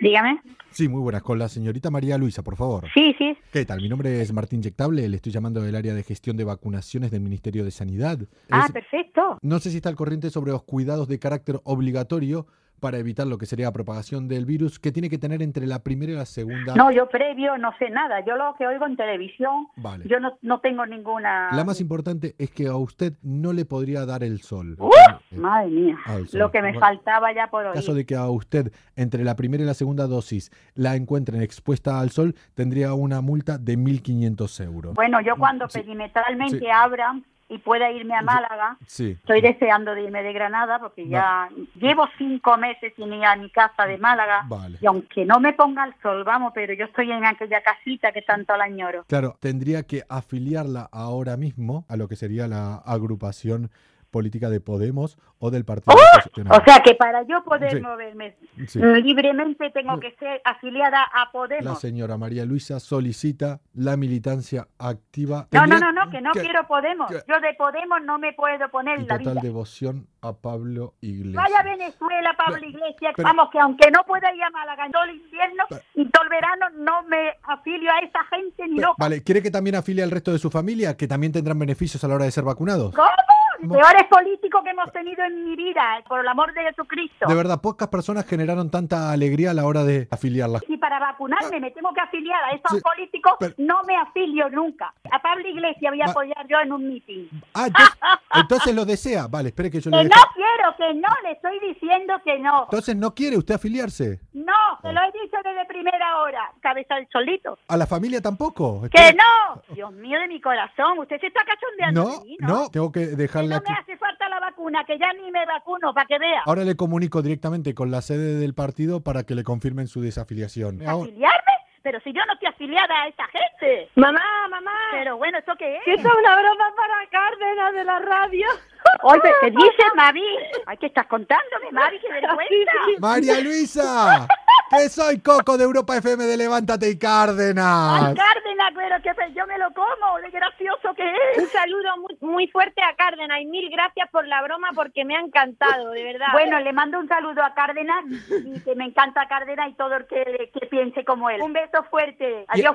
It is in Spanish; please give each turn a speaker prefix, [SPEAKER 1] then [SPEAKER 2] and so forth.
[SPEAKER 1] Dígame.
[SPEAKER 2] Sí, muy buenas. Con la señorita María Luisa, por favor.
[SPEAKER 1] Sí, sí.
[SPEAKER 2] ¿Qué tal? Mi nombre es Martín Yectable, le estoy llamando del área de gestión de vacunaciones del Ministerio de Sanidad.
[SPEAKER 1] Ah,
[SPEAKER 2] Es-
[SPEAKER 1] perfecto.
[SPEAKER 2] no sé si está al corriente sobre los cuidados de carácter obligatorio para evitar lo que sería la propagación del virus que tiene que tener entre la primera y la segunda.
[SPEAKER 1] No, yo previo no sé nada. Yo lo que oigo en televisión,
[SPEAKER 2] Vale.
[SPEAKER 1] yo no, no tengo ninguna...
[SPEAKER 2] La más importante es que a usted no le podría dar el sol. Eh,
[SPEAKER 1] Madre mía,
[SPEAKER 2] Ah, el sol.
[SPEAKER 1] lo que me
[SPEAKER 2] Bueno.
[SPEAKER 1] faltaba ya por
[SPEAKER 2] En
[SPEAKER 1] oír.
[SPEAKER 2] caso de que a usted entre la primera y la segunda dosis la encuentren expuesta al sol, tendría una multa de 1.500 euros.
[SPEAKER 1] Bueno, yo cuando
[SPEAKER 2] Mm, Sí.
[SPEAKER 1] perimetralmente
[SPEAKER 2] Sí.
[SPEAKER 1] abran y pueda irme a Málaga,
[SPEAKER 2] Sí.
[SPEAKER 1] estoy deseando de irme de Granada porque
[SPEAKER 2] No.
[SPEAKER 1] ya llevo cinco meses sin ir a mi casa de Málaga.
[SPEAKER 2] Vale.
[SPEAKER 1] Y aunque no me ponga el sol, vamos, pero yo estoy en aquella casita que tanto la añoro.
[SPEAKER 2] Claro, tendría que afiliarla ahora mismo a lo que sería la agrupación política de Podemos o del Partido
[SPEAKER 1] ¡Oh! O
[SPEAKER 2] Oposicional.
[SPEAKER 1] sea que para yo poder
[SPEAKER 2] Sí.
[SPEAKER 1] moverme
[SPEAKER 2] Sí.
[SPEAKER 1] mm, libremente tengo
[SPEAKER 2] No.
[SPEAKER 1] que ser afiliada a
[SPEAKER 2] La
[SPEAKER 1] Podemos.
[SPEAKER 2] señora María Luisa solicita la militancia activa.
[SPEAKER 1] No, no,
[SPEAKER 2] Tendría
[SPEAKER 1] no, no, que no quiero Podemos.
[SPEAKER 2] que-
[SPEAKER 1] Yo de Podemos no me puedo poner
[SPEAKER 2] Y
[SPEAKER 1] en la vida.
[SPEAKER 2] total devoción a Pablo Iglesias.
[SPEAKER 1] Vaya a Venezuela, Pablo
[SPEAKER 2] Pero-
[SPEAKER 1] Iglesias.
[SPEAKER 2] pero-
[SPEAKER 1] Vamos, que aunque no pueda ir a Málaga en todo el invierno
[SPEAKER 2] Pero-
[SPEAKER 1] y todo el verano, no me afilio a esa gente ni
[SPEAKER 2] Pero,
[SPEAKER 1] loco.
[SPEAKER 2] Vale, ¿quiere que también afilie al resto de su familia? Que también tendrán beneficios a la hora de ser vacunados.
[SPEAKER 1] ¿Cómo?
[SPEAKER 2] Mo-
[SPEAKER 1] Peores políticos que hemos tenido en mi vida, eh, por el amor de Jesucristo.
[SPEAKER 2] De verdad, pocas personas generaron tanta alegría a la hora de afiliarlas.
[SPEAKER 1] Si para vacunarme me tengo que afiliar a esos
[SPEAKER 2] Sí,
[SPEAKER 1] políticos,
[SPEAKER 2] pero- Ah.
[SPEAKER 1] no me afilio nunca. A Pablo Iglesias voy a
[SPEAKER 2] Va-
[SPEAKER 1] apoyar yo en un mitin.
[SPEAKER 2] Ah, entonces, entonces lo desea. Vale, espere que yo le
[SPEAKER 1] Que
[SPEAKER 2] dejo.
[SPEAKER 1] no quiero, que no, le estoy diciendo que no.
[SPEAKER 2] Entonces no quiere usted afiliarse.
[SPEAKER 1] No, te lo he dicho desde primera hora, cabeza del solito.
[SPEAKER 2] A la familia tampoco.
[SPEAKER 1] ¡Que
[SPEAKER 2] Espere-
[SPEAKER 1] no! Dios mío de mi corazón, usted se está cachondeando
[SPEAKER 2] No,
[SPEAKER 1] de mí, ¿no?
[SPEAKER 2] no, tengo que
[SPEAKER 1] Que
[SPEAKER 2] dejarle
[SPEAKER 1] no
[SPEAKER 2] aquí.
[SPEAKER 1] me hace falta la vacuna, que ya ni me vacuno, para que vea.
[SPEAKER 2] Ahora le comunico directamente con la sede del partido para que le confirmen su desafiliación. Ahora-
[SPEAKER 1] ¿Afiliarme? Pero si yo no estoy afiliada a esa gente.
[SPEAKER 3] Mamá, mamá,
[SPEAKER 1] Pero bueno, ¿eso qué
[SPEAKER 3] que
[SPEAKER 1] es?
[SPEAKER 3] esto es una broma para Cárdenas de la radio.
[SPEAKER 1] Oye, ¿qué dices, Mavi? Ay, ¿qué estás contándome, Mavi? ¡Qué vergüenza!
[SPEAKER 2] María Luisa, que soy Coco de Europa FM de Levántate y
[SPEAKER 1] Ay,
[SPEAKER 2] Cárdenas.
[SPEAKER 1] Cárdenas, pero que pe- yo me lo como, de gracioso que es.
[SPEAKER 3] Un saludo muy, muy fuerte a Cárdenas y mil gracias por la broma porque me ha encantado, de verdad.
[SPEAKER 1] Bueno, le mando un saludo a Cárdenas y que me encanta Cárdenas y todo el que, que piense como él. Un beso fuerte.
[SPEAKER 2] Y-
[SPEAKER 1] Adiós,